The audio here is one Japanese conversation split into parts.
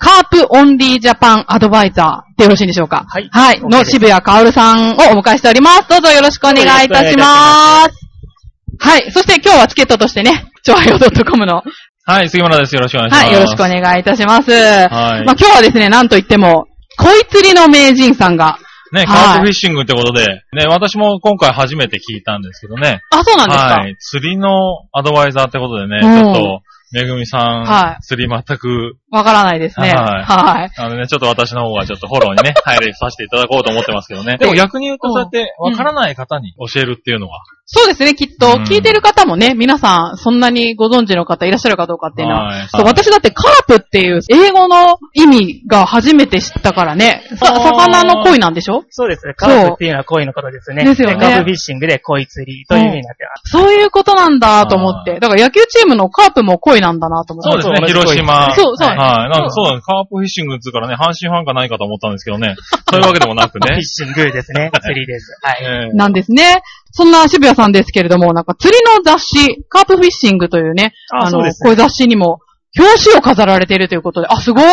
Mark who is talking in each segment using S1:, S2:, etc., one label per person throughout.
S1: カープオンリージャパンアドバイザーでよろしいんでしょうか
S2: はい
S1: はい。
S2: OK
S1: の
S2: です
S1: 渋谷かおるさんをお迎えしております。どうぞよろしくお願いいたします。はい。そして今日はチケットとしてね、超愛ドットコムの、
S2: はい、杉村です。よろしくお願いします。
S1: はい、よろしくお願いいたします。
S2: はい
S1: まあ今日はですね、なんといっても、恋釣りの名人さんが、
S2: ね、カ
S1: はい
S2: ープフィッシングってことで、ね、私も今回初めて聞いたんですけどね。
S1: あ、そうなんですか、
S2: はい、釣りのアドバイザーってことでね、
S1: うん
S2: ちょっと、めぐみさん、
S1: はい
S2: 釣り全く、
S1: わからないですね。
S2: はい
S1: はい。
S2: あのね、ちょっと私の方がちょっとフォロー にね、入れさせていただこうと思ってますけどね。でも逆に言うと、そうやって、
S1: うん
S2: わからない方に教えるっていうのは、
S1: そうですね、きっと
S2: う。ん
S1: 聞いてる方もね、皆さん、そんなにご存知の方いらっしゃるかどうかっていうのは。
S2: はい
S1: そう、私だってカープっていう英語の意味が初めて知ったからね。さ、
S3: あー
S1: 魚の恋なんでしょ
S3: そうです。カープっていうのは恋のことですね。
S1: ですよね
S3: カープフィッシングで恋釣りという意味になってます。
S1: そういうことなんだと思って。だから野球チームのカープも恋なんだなと思って。
S2: そうですね、
S3: 同じ声
S2: 広島。
S1: そうそう
S2: はい。なんかそうだね、カープフィッシングっつうからね、阪神ファンがないかと思ったんですけどね、そういうわけでもなく
S3: フィ
S2: ね
S3: ッ。シングですね。釣りです。はい。
S2: ええ
S1: なんですね。そんな渋谷さんですけれども、なんか釣りの雑誌、カープフィッシングというね、
S3: あ
S1: の、
S3: そうです
S1: こういう雑誌にも表紙を飾られているということで、あ、すごーい、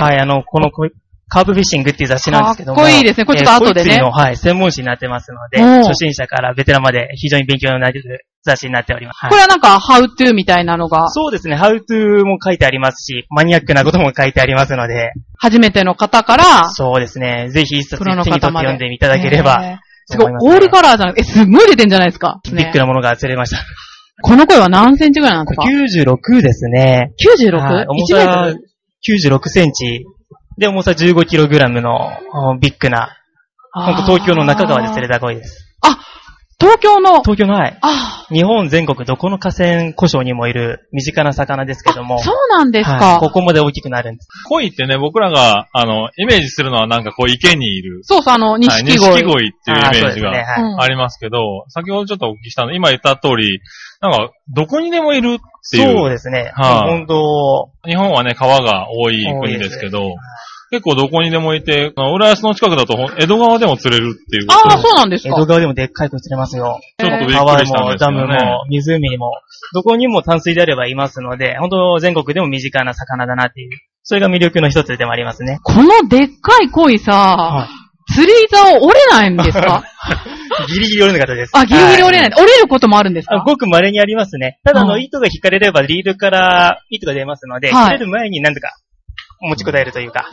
S3: はい、あの、この恋カープフィッシングっていう雑誌なんですけども。
S1: かっこいいですねこれちょっと後でね
S3: えー恋釣りの、はい、専門誌になってますので、
S1: おー
S3: 初心者からベテランまで非常に勉強になる雑誌になっております。はい
S1: これはなんか、ハウトゥーみたいなのが、
S3: そうですね、ハウトゥーも書いてありますし、マニアックなことも書いてありますので、
S1: 初めての方から、
S3: そうですね、ぜひ一冊
S1: プ
S3: 手
S1: ロ
S3: に
S1: の
S3: 取って
S1: 方まで。
S3: 読んでみただければ、
S1: ねすごい、
S3: と思います
S1: オ
S3: ね
S1: ールカラーじゃなくて、え、すごい出てんじゃないですか。
S3: ビッグなものが釣れました。
S1: この声は何センチぐらいなんですか
S3: 96ですね。は
S1: ?96?1 メー
S3: い重さ
S1: トル
S3: 96センチ。で、重さ15キログラムのうんビッグな、本当東京の中川で釣れ
S1: た。
S3: た鯉です。
S1: 東京の、
S3: 東京のはい。
S1: あ
S3: 日本全国どこの河川湖沼にもいる身近な魚ですけども。
S1: あ、そうなんです
S3: は
S1: か
S3: い。ここまで大きくなるんです。
S2: 恋ってね、僕らが、あの、イメージするのはなんかこう池にいる。
S1: そうそう、あの、
S2: はい
S1: 錦鯉。
S2: 鯉っていうイ
S3: あー
S2: メ
S3: そう
S2: ー
S3: で
S2: ジ
S3: すね。
S2: が
S3: はい
S1: うん
S2: ありますけど、先ほどちょっとお聞きしたの、今言った通り、なんか、どこにでもいるっていう。
S3: そうですね。
S2: はい
S3: 本当
S2: 日本はね、川が多い国ですけど、結構どこにでもいて、あの浦安の近くだとほん江戸川でも釣れるっていう。
S1: ああ、そうなんです
S3: 江
S1: か。
S3: 戸川でもでっかい子釣れますよ。
S2: ちょっとびっく
S3: 川
S2: りしたん
S3: も
S2: です
S3: ダ
S2: け
S3: ム
S2: どね。
S3: も湖にも、どこにも淡水であればいますので、本当全国でも身近な魚だなっていう。それが魅力の一つでもありますね。
S1: このでっかい鯉さ
S3: は、
S1: 釣り竿折れないんです か
S3: ギリギリ折れなかったです。
S1: あ、ギリギリ折れ
S3: は
S1: ない。折れることもあるんです
S3: あ
S1: か
S3: ごく稀にありますね。ただ、あ
S1: う
S3: の、
S1: ん
S3: 糸が引かれれば、リールから糸が出ますので、
S1: はい
S3: 切れる前に何とか持ちこたえるというか、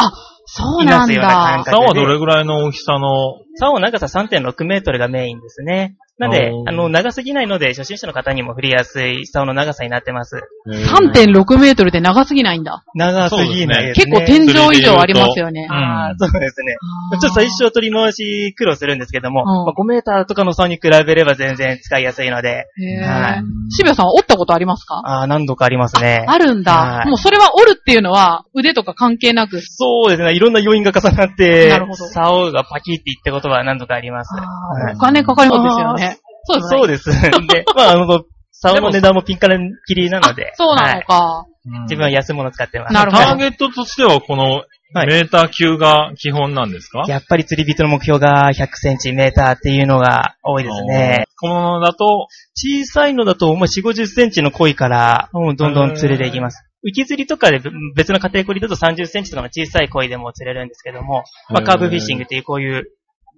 S1: そうなん
S3: いますような
S1: だ
S3: 感。
S2: 竿はどれぐらいの大きさの、
S3: 竿の長さ3.6メートルがメインですね。なので
S2: お、ー
S3: あの、長すぎないので、初心者の方にも振りやすい竿の長さになってます。
S1: 3.6メートルで長すぎないんだ。
S3: 長すぎないです
S1: 結
S3: ね。
S1: 構天井以上ありますよね。
S3: あーそうですね。
S1: あ
S3: ちょ
S1: ー
S3: っと最初は取り回し苦労するんですけども、
S1: うん
S3: まあ5メーターとかの竿に比べれば全然使いやすいので、
S1: へ
S3: は
S1: ー
S3: い
S1: 渋谷さんは折ったことありますか
S3: あー何度かありますね。
S1: あるんだ
S3: は。い
S1: もうそれは折るっていうのは腕とか関係なく。
S3: そうですね。いろんな要因が重なって、
S1: なるほど
S3: 竿がパキっていったことは何度かあります。
S1: お金かかりますよね。そうですね。
S3: そうです。で、まあ、あの、竿の値段もピンからキリなので
S1: あ。そうな
S3: は
S1: の
S3: い
S1: か。
S2: うん
S3: 自分は安いものを使ってます。
S1: なるほど
S2: ターゲットとしてはこの
S3: はい
S2: メーター級が基本なんですか、
S3: やっぱり釣り人の目標が100センチメーターっていうのが多いですね。
S2: 小物だと、
S3: 小さいのだと、まあ、4、50センチの鯉から、うんどんどん釣れていきます。浮き釣りとかで別のカテゴリーだと30センチとかの小さい鯉でも釣れるんですけども、まあ、カーブフィッシングっていうこういう、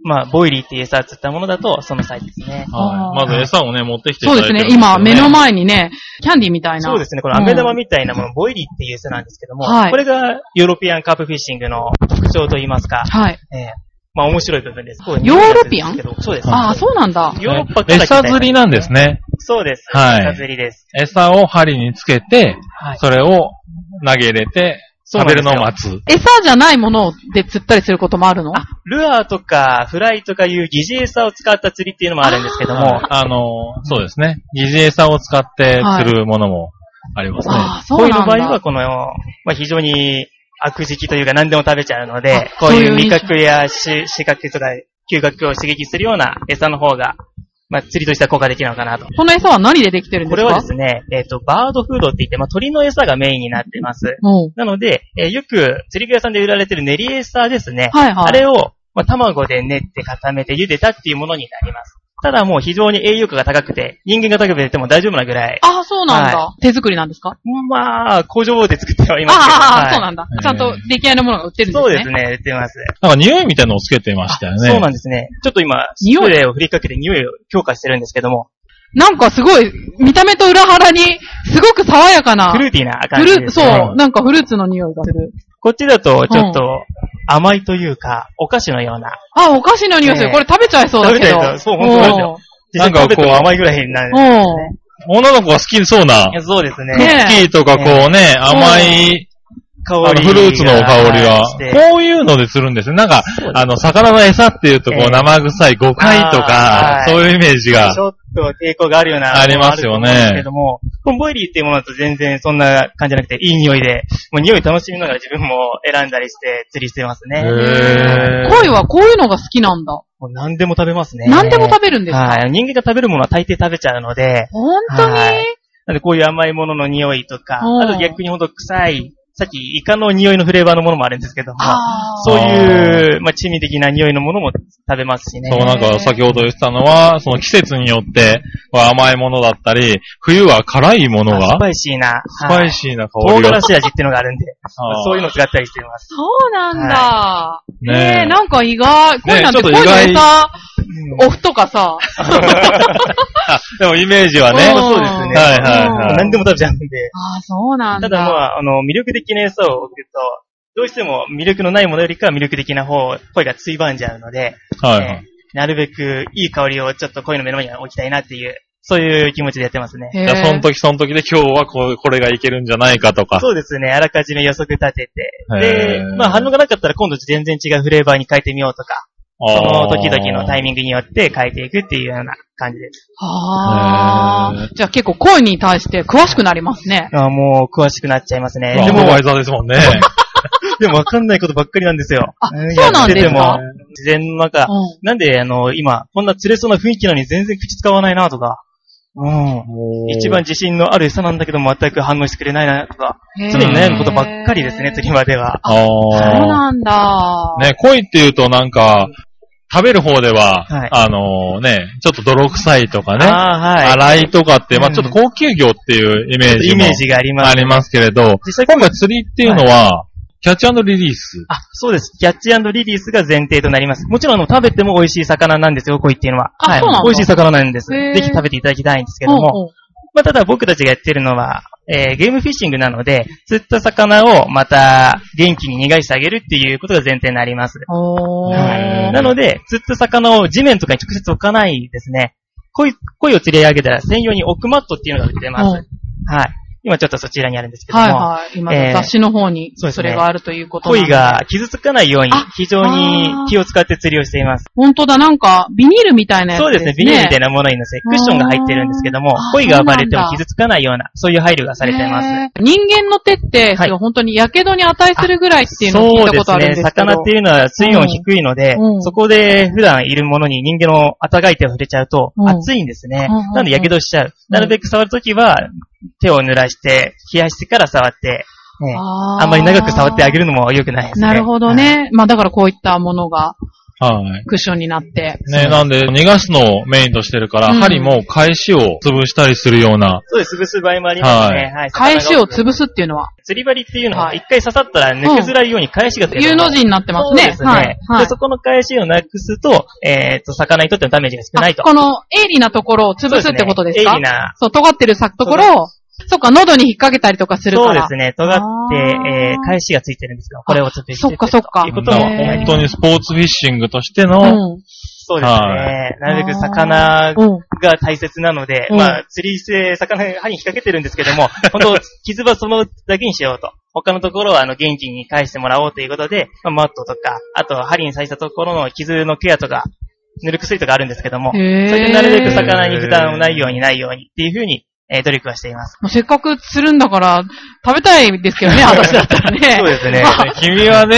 S3: まあ、ボイリーっていう餌を釣ったものだと、そのサイズですね。
S1: あー
S2: はい。まず餌をね、持ってきてい
S1: そ
S2: た
S1: う
S2: だい
S1: で
S2: て
S1: す
S2: るん
S1: ね。
S2: けど
S1: 今、目の前にね、キャンディーみたいな。
S3: そうですね。この飴玉みたいなもの、ボイリーっていう餌なんですけども、
S1: はい
S3: これがヨーロピアンカープフィッシングの特徴といいますか、
S1: はい。
S3: ええまあ面白い部分です。ヨ
S1: ヨーロピアン
S3: そうです。
S1: ああ、そうなんだ。
S3: ヨーロッパから来た
S2: 餌釣りなんですね。
S3: そうです。
S2: はい
S3: 餌釣りです。
S2: 餌を針につけて、
S3: はい。
S2: それを投げ入れて、
S3: そう
S2: 食
S3: な
S2: べる
S3: んです
S2: の
S3: よ
S2: を待つ。
S1: 餌じゃないもので釣ったりすることもあるの
S3: あ、ルアーとか、フライとかいう疑似餌を使った釣りっていうのもあるんですけども、
S2: あの、そうですね。疑似餌を使って釣るものもありますね。
S1: ああ、そ
S3: こう
S1: う
S3: いうの
S1: なん
S3: 場合は、
S1: だ。
S3: この、まあ、非常に悪食きというか何でも食べちゃうので、
S1: あ
S3: こ
S1: そ
S3: う
S1: う
S3: い
S1: いうう
S3: 味覚や視視覚とか嗅覚を刺激するような餌の方が、まあ、釣りとしては効果的なのかなと。
S1: この餌は何でできてるんで
S3: こ
S1: す
S3: れ
S1: か
S3: はですね、えっ、と、バードフードって言って、まあ、鳥の餌がメインになってます。
S1: おう
S3: なので、えーよく釣り具屋さんで売られてる練り餌ですね。
S1: はいはい。
S3: あれを、まあ、卵で練って固めて茹でたっていうものになります。ただもう非常に栄養価が高くて、人間が食べても大丈夫なぐらい、
S1: あ、そうなんだ
S3: は。
S1: 手作りなんですか
S3: まあ、工場で作ってはいますけ
S1: あ
S3: ど。は
S1: あ、
S3: い
S1: そうなんだ
S2: う。ん
S1: ちゃんと出来合いのものが売ってるんですね。
S3: そうですね、売ってます。
S2: なんか匂いみたいのをつけてましたよね。
S3: そうなんんですね。ちょっと今、ス
S1: 匂い
S3: プレーを振りかけて匂いを強化してるんですけども、
S1: なんかすごい、見た目と裏腹に、すごく爽やかな。
S3: フルーティーな
S1: フ
S3: 感じ
S1: ル
S3: で
S1: ー
S3: す
S1: そ
S3: ね。
S1: う、なんかフルーツの匂いがする。
S3: こっちだと、ちょっと、甘いというか、お菓子のような。
S1: あ、お菓子の匂いする。
S3: ねえ
S1: これ食べちゃいそうだけど。
S3: 食べちゃいそうそう本当ですよ
S2: なんかこう
S3: 実際食べても甘いぐらいになる。
S1: おう
S2: 女の子が好きそうな、
S3: そうですね。
S1: ね
S2: クッキーとかこうね、甘い、
S3: 香
S2: あの
S3: り
S2: フルーツの香りが
S3: して、
S2: こういうのでするんですね。なんか、あの、魚の餌っていうとこ
S3: え
S2: う
S3: え
S2: 生臭い誤解とか
S3: あ、ー
S2: そういうイメージが
S3: ち。ょっと抵抗があるような。
S2: ありますよね
S3: あると思うんですけども、このボイリーっていうものだと全然そんな感じじゃなくて、いい匂いで、もう匂い楽しみながら自分も選んだりして釣りしてますね。
S2: へー
S1: 恋はこういうのが好きなんだ。
S3: もう何でも食べますね。
S1: 何でも食べるんですか
S3: はい。人間が食べるものは大抵食べちゃうので、
S1: 本当に
S3: はいなんでこういう甘いものの匂いとか、
S1: うん
S3: あと逆にほんと臭い、さっきイカの匂いのフレーバーのものもあるんですけども、
S1: あー
S3: そういう、まあ、致命的な匂いのものも食べますしね。
S2: そう、なんか先ほど言ってたのは、その季節によっては甘いものだったり、冬は辛いもの
S3: まあ
S2: が
S3: ス、パイシーな。
S2: スパイシーな香
S3: はい
S2: り
S3: 唐
S2: が
S3: 辛。子味っていうのがあるんで、
S2: あー
S3: そういうのを使ったりしてます。
S1: そうなんだ。
S2: ねえ
S1: ねえ、なんか意外。
S2: ねえ
S1: 恋なんて
S2: ちょ
S1: 恋
S2: っと
S1: の
S2: 意外
S1: 餌、オフとかさ。
S2: あ でもイメージはね。
S1: うん
S3: そうですね
S2: はいはいはい。
S3: 何でも食べちゃうんで。
S1: ああ、そうなんだ。
S3: ただまあ、あの、魅力的な餌を置くと、どうしても魅力のないものよりかは魅力的な方、声がついばんじゃうので、
S2: はいはい
S3: えーなるべくいい香りをちょっと恋の目の前に置きたいなっていう、そういう気持ちでやってますね。
S1: へえ
S2: じゃあ、その時その時で今日はこうこれがいけるんじゃないかとか。
S3: そうですね、あらかじめ予測立て
S2: へ
S3: て、で
S2: ー、
S3: まあ反応がなかったら今度全然違うフレーバーに変えてみようとか、その時々のタイ
S2: ミン
S3: ミングによって変えていくっていうような感じです。
S1: あ
S2: へ
S1: あ。じゃあ結構恋に対して詳しくなりますね。
S3: あもう詳しくなっちゃいますね。
S2: で
S3: で
S2: も、アド
S3: も
S2: バ、イザーですもんね。
S3: でも分かんないことばっかりなんですよ。
S1: あ
S3: ん
S1: そうなんですか
S3: やってても自然の中、
S1: うん
S3: なんで、あの、今、こんな釣れそうな雰囲気なのに全然口使わないなとか、うん。 一番自信のある餌なんだけども全く反応してくれないなとか、常に悩むことばっかりですね、釣り場では。
S2: あ
S1: そう
S2: あ。
S1: なんだ。
S2: ね、恋っていうとなんか、食べる方では、
S3: はい
S2: あのね、ちょっと泥臭いとかね、
S3: ああ、はい。
S2: 洗いとかって、まあ
S3: うん
S2: ちょっと高級魚っていうイメ
S3: ちょ
S2: ー
S3: っと
S2: ジ
S3: イ
S2: も
S3: メージがあります。
S2: ありますけれど、
S3: 実際
S2: 今回釣りっていうのは、キャッチリリース。
S3: あ、そうです。キャッチリリースが前提となります。もちろん、あの、食べても美味しい魚なんですよ、コイっていうのは。
S1: あ
S3: はい
S1: そうなんだ
S3: 美味しい魚なんです。
S1: へー
S3: ぜひ食べていただきたいんですけ
S1: うん
S3: ど
S1: うん、
S3: も。まあ、ただ僕たちがやってるのは、えー、ゲームフィッシングなので、釣った魚をまた元気に逃がしてあげるっていうことが前提になります。
S1: おー
S2: へー
S3: なので、釣った魚を地面とかに直接置かないですね。鯉、鯉を釣り上げたら専用に置くマットっていうのが売ってます。
S1: うん
S3: はい。今ちょっとそちらにあるんですけども、
S1: はいはい。今、
S3: えー
S1: 雑誌の方に
S3: そうです
S1: そ
S3: ね
S1: れがあるということなん
S3: 鯉
S1: で
S3: が傷つかないように
S1: あ
S3: 非常に気を使って釣りをしています。
S1: 本当だ、なんか、ビニールみたいなやつ
S3: そうですね、ビニールみたいなものに乗せ、クッションが入ってるんですけども
S1: あー、
S3: 鯉が暴れて
S1: そうな
S3: も
S1: んだ
S3: 傷つかないような、そういう配慮がされてます。
S1: へー人間の手って、
S3: はい
S1: 本当に火傷に値するぐらいっていうのを聞い
S3: そう
S1: た
S3: で
S1: こと
S3: す
S1: あるんで
S3: ね。
S1: すけど。
S3: 魚っていうのは水温低いので、
S1: うんうん
S3: そこで普段いるものに人間の暖かい手を触れちゃうと
S1: うん
S3: 熱いんですね。
S1: うんうんうん
S3: なので火傷しちゃう。なるべく触るときは手を濡らして、冷やしてから触って、ね
S1: あー
S3: あんまり長く触ってあげるのも良くないですね。
S1: なるほど
S3: はい。
S1: ね。まあだからこういったものが
S2: はい。
S1: クッションになって。
S2: ね、なんで、逃がすのをメインとしてるから、
S1: うん
S2: 針も返しを潰したりするような、
S3: そうです。潰す場合もありま
S2: は
S3: すね。はい。
S1: 返しを潰
S3: す。
S1: すっていうのは、
S3: 釣り針っていうの
S1: は
S3: は、
S1: い
S3: 一回刺さったら抜けづらいように返しが出る
S1: U の字になってます
S3: そう
S1: ね。
S3: ですね。
S1: はい。は
S3: で
S1: い
S3: そこの返しをなくすと、えっと、魚にとってのダメージが少ないと
S1: あ。この鋭利なところを潰すってことですか
S3: そうですね鋭利な
S1: そう、尖ってるさところを、そっか、喉に引っ掛けたりとかするから。
S3: そうですね。尖っ
S1: あ
S3: て、
S1: ー
S3: えー、返しがついてるんですが、これを潰して。
S1: そっかそっか
S3: という
S2: なん
S3: こと
S2: か
S3: は、
S1: へ
S2: 本
S1: ー
S2: 当にスポーツフィッシングとして
S1: う
S2: の、
S1: ん。
S3: そうです
S2: は
S3: ね。なるべく魚
S1: うん。
S3: が大切なので、
S1: うん
S3: まあ、釣りして魚に歯に引っ掛けてるんです けども、本当傷はそのだけにしようと。他のところは、あの、元気に返してもらおうということで、まあ、マットとか、あと、針に刺したところの傷のケアとか、ぬる薬とかあるんですけども、そ
S1: へー
S3: れでなるべく魚に負担をないようにないようにっていうふうに、えー努力はしています。
S1: もうせっかく釣るんだから、食べたいですけど ね、私だったらね。
S3: そうですね。
S2: ね君は ね、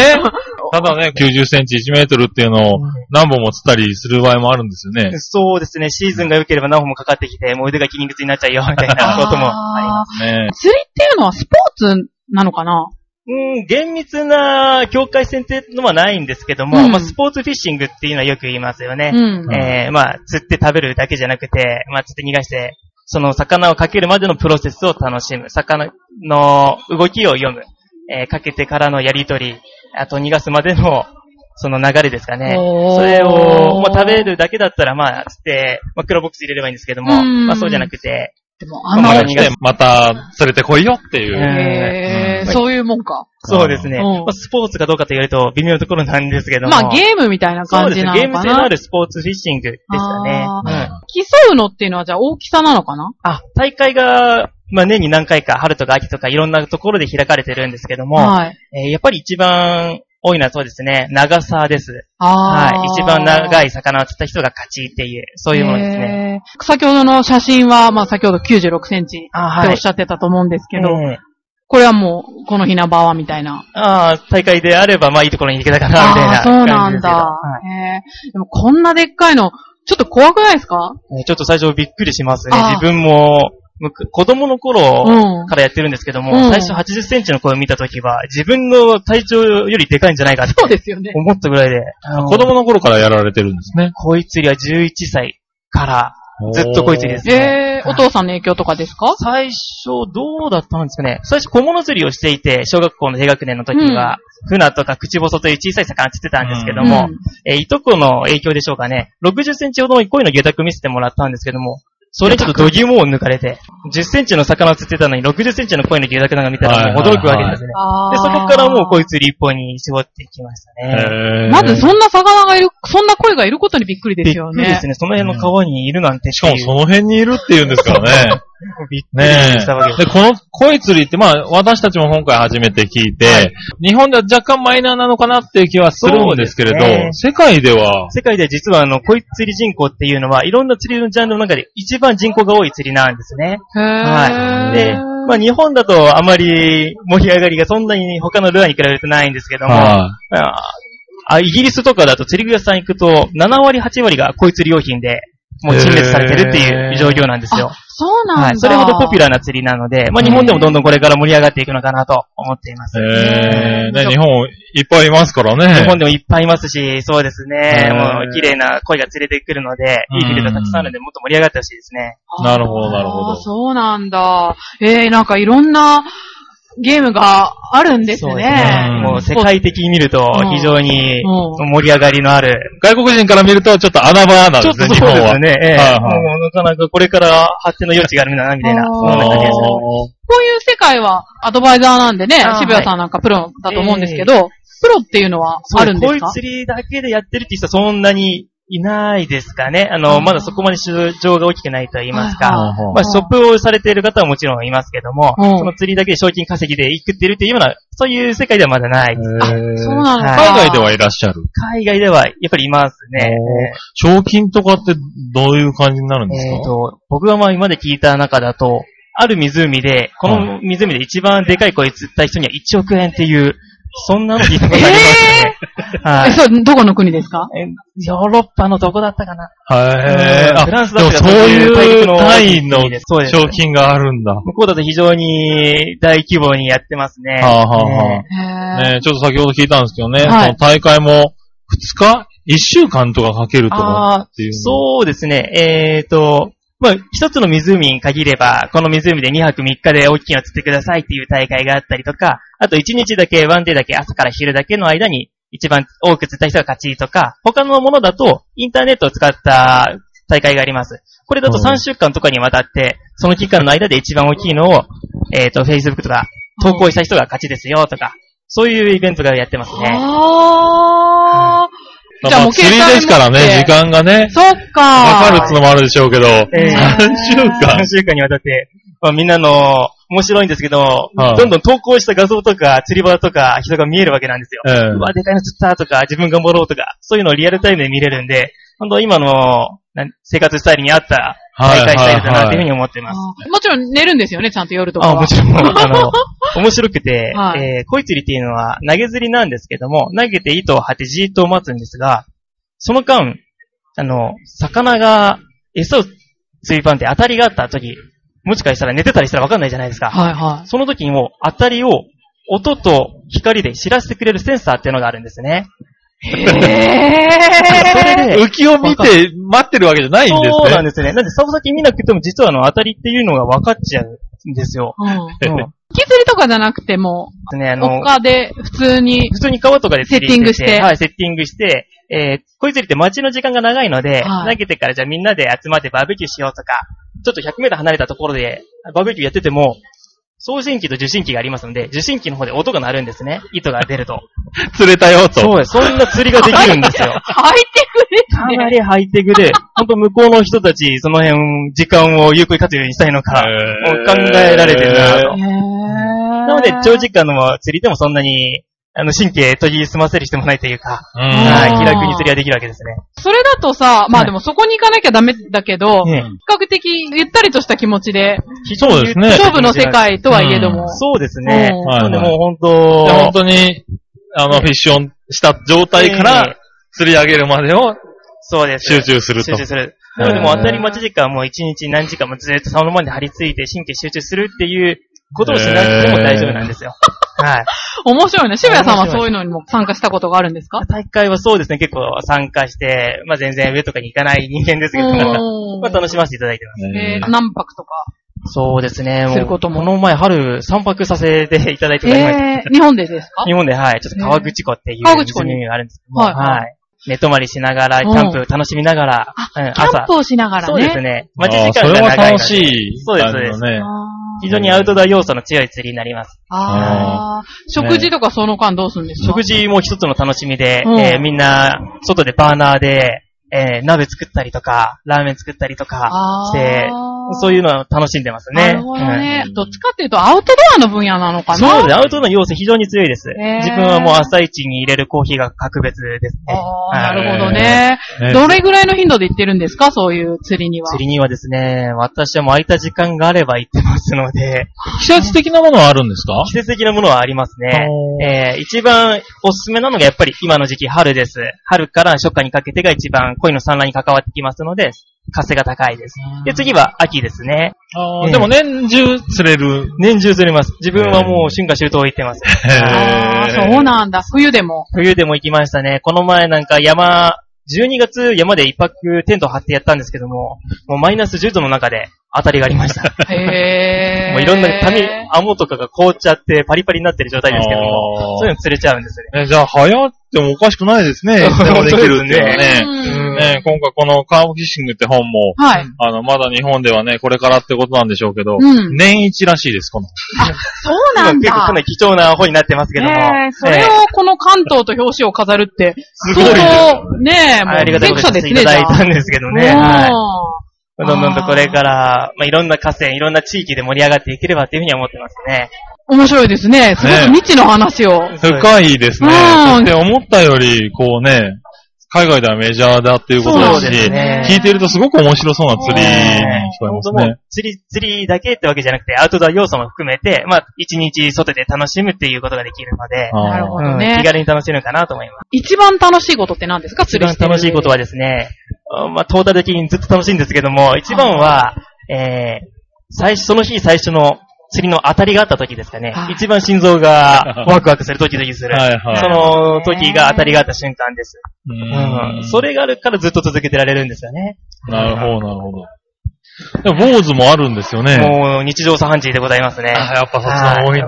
S2: ただね、90センチ、1メートルっていうのを何本も釣ったりする場合もあるんですよね。
S3: そうですね。シーズンが良ければ何本もかかってきて、もう腕が筋肉痛になっちゃうよ、みたいなこともあります。
S1: あ
S2: ね
S1: ー釣りっていうのはスポーツなのかな
S3: うん、厳密な境界線っていうのはないんですけども、
S1: うん
S3: まあ、スポーツフィッシングっていうのはよく言いますよね。
S1: うん。
S3: えーまあ、釣って食べるだけじゃなくて、まあ、釣って逃がして、その魚をかけるまでのプロセスを楽しむ。魚の動きを読む。えーかけてからのやりとり。あと、逃がすまでの、その流れですかね。
S1: おー
S3: それを、まあ、食べるだけだったら、まあ、釣って、まあ、黒ボックス入れればいいんですけども、
S1: うん
S3: まあ、そうじゃなくて、
S1: でも、
S2: ま
S1: あの、
S2: あ
S3: ま
S2: ま
S3: あ
S2: た来て、また連れてこいよっていう。
S3: うん
S1: へー
S2: うん
S1: そういうもんか。
S3: そうですね。
S1: うん
S3: まあ、スポーツかどうかと言われると微妙なところなんですけども。
S1: まあ、ゲームみたいな
S3: そう
S1: 感
S3: です
S1: じ
S3: ね
S1: な。
S3: ゲー
S1: の
S3: ム
S1: か
S3: 性のあ
S1: な。
S3: るスポーツフィッシングですよね。
S1: あー
S3: うん
S1: 競うのっていうのは、じゃあ大きさなのかな
S3: あ、大会が、まあ、年に何回か、春とか秋とかいろんなところで開かれてるんですけども、
S1: はい。
S3: えーやっぱり一番多いのはそうですね、長さです。
S1: あ
S3: は
S1: ー
S3: い。一番長い魚を釣った人が勝ちっていう、そういうものですね。
S1: へー先ほどの写真は、まあ先ほど96センチ
S3: あ、
S1: っておっ
S3: はい。
S1: しゃってたと思うんですけど、
S3: えー
S1: これはもう、このひなばはみたいな。
S3: ああ、大会であれば、まあいいところに行けたかな、みたい
S1: あ
S3: な
S1: あ、そうな
S3: 感じ
S1: ん
S3: ですけど。
S1: だ。へえでもこんなでっかいの、ちょっと怖くないですか
S3: はいえーちょっと最初びっくりしますね。
S1: あー
S3: 自分も、むく子供の頃、
S1: うん。
S3: からやってるんですけども、
S1: うん
S3: 最初80センチの声を見たときは、自分の体長よりでかいんじゃないかって
S1: そうですよね。
S3: 思ったぐらいで、
S2: 子供の頃からやられてるんですね。
S3: こいつりは11歳から、ずっとこいつりですね。
S1: えー、お父さんの影響とかですか
S3: 最初、どうだったんですかね最初、小物釣りをしていて、小学校の低学年の時は、船とか口細という小さい魚釣ってたんですけども、
S1: うん
S3: えーいとこの影響でしょうかね、60センチほどの鯉の下駄見せてもらったんですけども、それちょっと度肝を抜かれて、10センチの魚を釣ってたのに、60センチの鯉の下駄なんか見たらもう驚くわけですね。
S1: あ
S3: で、
S1: ー
S3: そこからもうこいつ立本に絞っていきましたね。
S2: へー
S1: まずそんな魚がいる、そんな声がいることにびっくりですよ
S3: びっくり
S1: ね。
S3: ですね。その辺の川にいるなんて
S2: しかもその辺にいるっていうんですから ね。
S3: びっくり
S2: ね
S3: したわけ
S2: え。
S3: です。
S2: で、この恋釣りって、まあ、私たちも今回初めて聞いて、日本では若干マイナーなのかなっていう気はするんですけれど、
S3: そうですね
S2: 世界では、
S3: 世界で実はあの、こい釣り人口っていうのは、いろんな釣りのジャンルの中で一番人口が多い釣りなんですね。
S1: へ
S3: はい。
S1: え
S3: で、まあ日本だとあまり盛り上がりがそんなに他のルアーに比べるとないんですけども、
S2: は
S3: まああイギリスとかだと釣り具屋さん行くと、7割、8割がこい釣り用品で、もう陳列されてるっていう状況なんですよ。
S1: そうなんだ。
S3: はい。それほどポピュラーな釣りなので、まあ、日本でもどんどんこれから盛り上がっていくのかなと思っています。
S2: い。
S1: ね
S2: えー、
S1: え
S2: ね、日本いっぱいいますからね。
S3: 日本でもいっぱいいますし、そうですね。
S2: うん
S3: もう綺麗な鯉が釣れてくるので、いいフィルターたくさんあるので、もっと盛り上がってほしいですね。
S2: なるほどなるほど
S1: あーそうなんだ。えー、なんかいろんなゲームがあるんです
S3: そう
S1: ね。
S2: うん
S3: もう世界的に見ると
S1: うん、
S3: 非常
S1: う
S3: に
S1: ん
S3: 盛り上がりのある。
S2: 外国人から見るとちょっと穴場なん
S3: ちょ
S2: です
S3: っと
S2: ね、日
S3: そうです
S2: 本は。
S3: ね。ええ
S2: はいはい
S3: もうなかなかこれから発展の余地があるんだな、みたいな。
S1: あー
S3: そん
S2: あ
S3: な感じですね。
S2: ー
S1: こういう世界はアドバイザーなんでね
S3: あ、ー
S1: 渋谷さんなんかプロだと思うんですけど、プロっていうのはあるんです
S3: そう
S1: か
S3: こい釣りだけでやってるって人はそんなにいないですかね。あの、
S1: あー
S3: まだそこまで市場が大きくないと言いますか。
S1: はいはい
S2: はい
S3: まあ、ショップをされている方はもちろんいますけども、
S1: うん
S3: その釣りだけで賞金稼ぎで生きてるっていうような、そういう世界ではまだないです。
S1: あ、そうなのか。
S3: は
S2: 海外ではいらっしゃる。
S3: 海外ではやっぱりいますね。
S2: 賞金とかってどういう感じになるん
S3: え
S2: ですか、
S3: ーと、僕がまあ今まで聞いた中だと、ある湖で、この湖で一番でかい声釣った人には1億円っていう、そんなの聞いたことありますね。は
S1: え、
S3: い。
S1: それ、どこの国ですか
S3: えヨーロッパのどこだったかな
S2: へ
S3: うん
S2: ー。あ
S3: フランス
S2: で
S3: だ
S2: も
S3: け
S2: そういう単位の賞金があるんだ。
S3: 向こうだと非常に大規模にやってますね。
S2: はあはあはあ
S3: ね
S1: へー
S2: ねちょっと先ほど聞いたんですけどね、
S1: はい
S2: その大会も2日 ?1 週間とかかけるとか
S3: ああ
S2: っていうの。
S3: そうですね。えっ、と、まあ、一つの湖に限れば、この湖で2泊3日で大きいの釣ってくださいっていう大会があったりとか、あと1日だけ、ワンデーだけ、朝から昼だけの間に一番多く釣った人が勝ちとか、他のものだと、インターネットを使った大会があります。これだと
S2: うん
S3: 3週間とかにわたって、その期間の間で一番大きいのを、えっ、と、Facebook とか、投稿した人が勝ちですよとか、そういうイベントがやってますね。
S1: あー。じゃあもう
S2: 釣り
S1: 携帯
S2: ですからね、時
S1: 持って。
S2: 間がね、
S1: そっか。
S2: かかるってのもあるでしょうけど、
S3: えー
S2: 3週間
S3: 3。週間にわたって、まあ、みんなの面白いんですけど、
S2: はい
S3: どんどん投稿した画像とか釣り場とか人が見えるわけなんですよ。
S2: ええ
S3: うわ、でかいの釣ったとか、自分頑張ろうとか、そういうのをリアルタイムで見れるんで、本当今のなん生活スタイルに合った
S2: はい
S3: 再開したいかなというふうに思ってます。
S1: あーもちろん寝るんですよね、ちゃんと夜とかは。
S3: あ、もちろん、あの、面白くて、
S1: はい
S3: えー、恋釣りっていうのは投げ釣りなんですけども、投げて糸を張ってじーっと待つんですが、その間、あの、魚が餌をついばんで当たりがあった時、もしかしたら寝てたりしたらわかんないじゃないですか。
S1: はいはい。
S3: その時にも当たりを音と光で知らせてくれるセンサーっていうのがあるんですね。
S1: へ
S3: それで、
S2: 浮きを見て待ってるわけじゃないんですね。
S3: そうなんですね。なんで、さ先見なくても実はあの当たりっていうのが分かっちゃうんですよ。
S1: うん。
S3: うん
S1: 引き釣りとかじゃなくても、
S3: ですね、あの、
S1: 他で普通 に。
S3: 普通に川とかで釣り
S1: セッティングして
S3: はい、セッティングして、えー、こいつりって待ちの時間が長いので、
S1: はい
S3: 投げてからじゃあみんなで集まってバーベキューしようとか、ちょっと100メートル離れたところでバーベキューやってても、送信機と受信機がありますので、受信機の方で音が鳴るんですね。糸が出ると。
S2: 釣れたよと。
S3: そうです。そんな釣りができるんで すよ。
S1: ハイテ
S3: かなりハイテクで、ほんと向こうの人たち、その辺、時間を有効に活用にしたいのか、
S2: へー
S3: もう考えられてるなと
S1: クね。
S3: なので、長時間の釣りでもそんなに、あの、神経研ぎ澄ませる必要もないというか、
S2: うん。
S3: は
S1: あー
S3: い、気楽に釣りができるわけですね。
S1: それだとさ、まあ
S3: はい
S1: でもそこに行かなきゃダメだけど、
S3: ね
S1: 比較的ゆったりとした気持ちで、
S2: そうですね。
S1: 勝負の世界とはいえども。
S3: そうですね。
S1: うん
S2: はいはい
S3: でも本
S2: で本
S3: 当、
S2: 当に、あの、フィッションした状態から
S3: ええ、
S2: 釣り上げるまでを
S3: そうです。
S2: 集中すると。
S3: 集中する。
S2: うん
S3: なのでもう当たり待ち時間も一日何時間もずっと竿の前で張り付いて神経集中するっていうことをしなくても大丈夫なんですよ。はい。
S1: 面白いね。渋谷さんはそういうのにも参加したことがあるんですか
S3: 大会はそうですね、結構参加して、まあ全然上とかに行かない人間ですけど、
S1: うん
S3: まあ楽しませていただいてます。
S1: え
S2: え
S1: ー、何泊とか。
S3: そうですね。
S1: することも
S3: この前春散泊させていただいておりました。
S1: えー、日本でですか
S3: 日本で、はい、ちょっと川口湖っていう
S1: 川口湖に
S3: 湖があるんですけども、
S1: はいはい
S3: はい。寝泊まりしながら、キ
S1: うん
S3: ャンプ楽しみながら、う
S1: キ
S3: ん
S1: ャンプをししながらね。
S3: そうですね。
S2: あ
S3: 待ち時
S2: そ
S3: 間
S2: れ
S3: が
S2: は
S3: 長いの
S2: 楽
S3: で。
S2: しい。
S3: そうですそうです
S2: あのね
S3: 非常にアウトドア要素の強い釣りになります。
S1: あーあー。
S2: ね
S1: 食事とかその間どうするんですか
S3: 食事も一つの楽しみで、
S1: うん
S3: えーみんな、外でバーナーで、えー鍋作ったりとか、ラーメン作ったりとか
S1: あー
S3: して、そういうのを楽しんでます
S1: な
S3: ね。
S1: るほどね。
S2: うん
S1: どっちかっていうとアウトドアの分野なの
S3: う
S1: か
S3: ん
S1: な
S3: そうです。アウトドアの要素非常に強いです。
S1: へー
S3: 自分はもう朝一に入れるコーヒーが格別です
S1: あ
S3: ね。
S1: ー
S3: はい
S1: なるほどね。
S2: ね
S1: どれぐらいの頻度で行ってるんですかそういう釣りには。
S3: 釣りにはですね、私はもう空いた時間があれば行ってますので、
S2: 季節的なものはあるんですか
S3: 季節的なものはありますね。えー一番おすすめなのがやっぱり今の時期春です。春から初夏にかけてが一番恋の産卵に関わってきますので、活性が高いです。で、次は秋ですね。
S2: あー
S3: ええ
S2: でも年中釣れる。
S3: 年中釣れます。自分はもう春夏秋冬行ってます。
S1: あーそうなんだ。冬で も。
S3: 冬でも行きましたね。この前なんか山、12月山で一泊テント張ってやったんですけども、もうマイナス10度の中で当たりがありました。
S1: へー。
S3: もういろんな紙、網とかが凍っちゃってパリパリになってる状態ですけども、
S2: あー
S3: そういうの釣れちゃうんですね。
S2: えじゃあ、流行ってもおかしくないですね。いつでもできるっていうのはね。
S1: うん
S2: ね今回このカーブフィッシングって本も、
S1: はい。
S2: あの、まだ日本ではね、これからってことなんでしょうけど、
S1: うん
S2: 年一らしいです、この。
S1: そうなん
S3: 結構かな
S1: だ。
S3: り貴重な方になってますけども。
S1: ねえ、それを
S3: ええ
S1: この関東と表紙を飾るって、
S3: すごいですよ
S1: 相当、ねえ、も
S3: はいあり
S1: う、
S3: がた
S1: セ
S3: いこ
S1: ク
S3: と
S1: サ
S3: に
S1: で
S3: し
S1: す
S3: て
S1: ね、
S3: いただいたん
S1: じ
S3: ですけど
S1: ゃあ
S3: ね。は
S1: おー
S3: い。どんどんとこれから、まあ、いろんな河川、いろんな地域で盛り上がっていければっていうふうには思ってますね。
S1: 面白いですね。すごく未知の話を。
S2: 深いですね。
S1: うん
S2: そして思ったより、こうね、海外ではメジャーだっていうことだ
S3: そ
S2: し
S3: う、ですね
S2: 聞いてるとすごく面白そうな釣りに聞こえます
S3: も
S2: ね
S3: う。釣り、釣りだけってわけじゃなくて、アウトドア要素も含めて、まあ、一日外で楽しむっていうことができるので、
S2: あー
S1: なるほど
S3: うん
S1: ね
S3: 気軽に楽しめるかなと思います。
S1: 一番楽しいことって何ですか
S3: 一
S1: 釣り
S3: 番
S1: してる
S3: 楽しいことはですね、あまあ、トータル的にずっと楽しいんですけども、一番は、えー、最初、その日最初の釣りの当たりがあった時ですかね
S1: は。い
S3: 一番心臓がワクワクする、ドキドキする。
S2: はいはい
S3: その時が当たりがあった瞬間です。うん
S2: うん
S3: それがあるからずっと続けてられるんですよね。
S2: なるほど、なるほど。でも、坊主もあるんですよね。
S3: もう日常茶飯事でございますね。
S2: あやっぱそっちの方が多いんだ。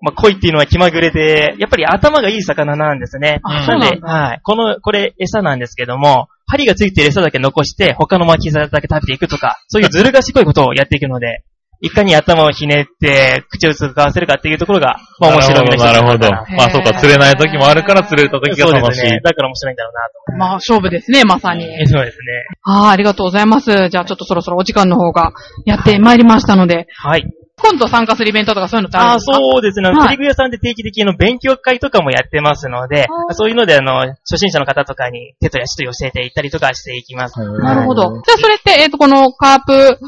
S3: まあ、恋っていうのは気まぐれで、やっぱり頭がいい魚なんですね。
S1: あ
S2: そう
S1: なん
S3: で、はい。この、これ餌なんですけども、針がついてる餌だけ残して、他の巻き餌だけ食べていくとか、そういうずる賢いことをやっていくので、いかに頭をひねって、口を使わせるかっていうところが、まあ面白いんです
S2: なるほど。なるほどまあ、そうか、釣れない時もあるから釣れた時
S3: そう
S2: が
S3: で
S2: 楽
S3: す
S2: しい。
S3: ね。だから面白いんだろうなと
S1: まあ、勝負ですね、まさに。
S3: 思います。そうですね。
S1: ああ、ありがとうございます。じゃあ、ちょっとそろそろお時間の方がやってまいりましたので、
S3: はい。
S1: 今度参加するイベントとかそういうのってあるん
S3: あ
S1: で
S3: ー
S1: すか
S3: そうですね。
S1: はい
S3: 釣り具屋さんで定期的にあの勉強会とかもやってますので
S1: あ、ー
S3: そういうので、あの、初心者の方とかに手と足と教えていったりとかしていきます。
S1: なるほど。じ
S4: はい
S1: ゃあそれって、えっ、と、このカープ、
S2: はい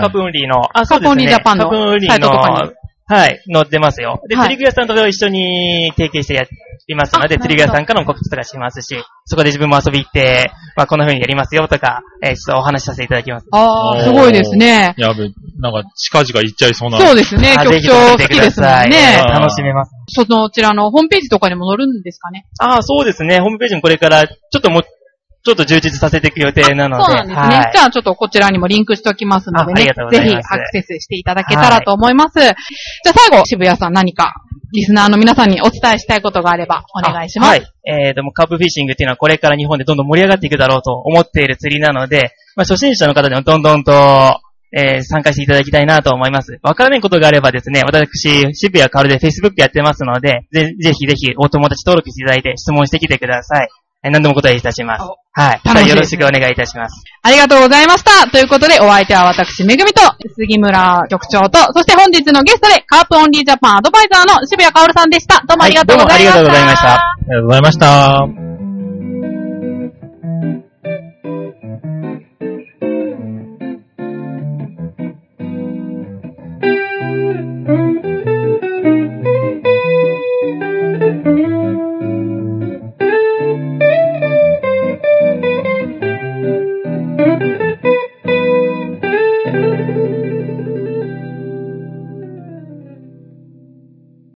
S3: カプンリーの、あ、
S1: カプンリージャパンの
S3: カプンリ
S1: サ
S3: ー
S1: イトとかに
S3: の、はい、載ってますよ。で、
S1: はい
S3: 釣り具屋さんと一緒に提携してやりますの
S1: あなるほ
S3: で、
S1: ど
S3: 釣り具屋さんからも告知とかしますし、そこで自分も遊び行って、まあ、こんな風にやりますよとか、えーちょっとお話しさせていただきます。
S1: ああ、すごいですね。
S2: やべ、なんか、近々行っちゃいそうな。
S1: そうですね。
S3: あ
S1: 局
S3: ぜひ
S1: 長好
S3: ぜひ
S1: き
S3: 見て
S1: で
S3: く
S1: すも
S3: ださ
S1: ん
S3: い
S1: ね。
S2: あー
S3: 楽しめます。
S1: そのちらのホームページとかにも載るんですかね。
S3: ああ、そうですね。ホームページもこれから、ちょっともう、ちょっと充実させていく予定なので。
S1: そうなんですね。
S3: はい
S1: じゃあちょっとこちらにもリンクしておきますので
S3: ああり
S1: ね。
S3: がとうご
S1: ぜ
S3: ざい
S1: ひア
S3: ます
S1: クセスしていただけたらと思います。じゃあ最後、渋谷さん何かリスナーの皆さんにお伝えしたいことがあればお願いします。
S3: あはい。えー、でもカープフィッシングっていうのはこれから日本でどんどん盛り上がっていくだろうと思っている釣りなので、まあ初心者の方でもどんどんと、えー参加していただきたいなと思います。わからないことがあればですね、私、渋谷カールで Facebook やってますので、ぜぜひぜひお友達登録していただいて質問してきてください。えー何でもお答えいたします
S1: お。
S3: はい。
S1: 楽しみですね
S3: よろしくお願いいたします。
S1: ありがとうございました。ということで、お相手は私、めぐみと、杉村局長と、そして本日のゲストで、カープオンリージャパンアドバイザーの渋谷薫さんでした。どうもありがとうございました。
S3: はいどうもありがとうございました
S2: ありがとうございました。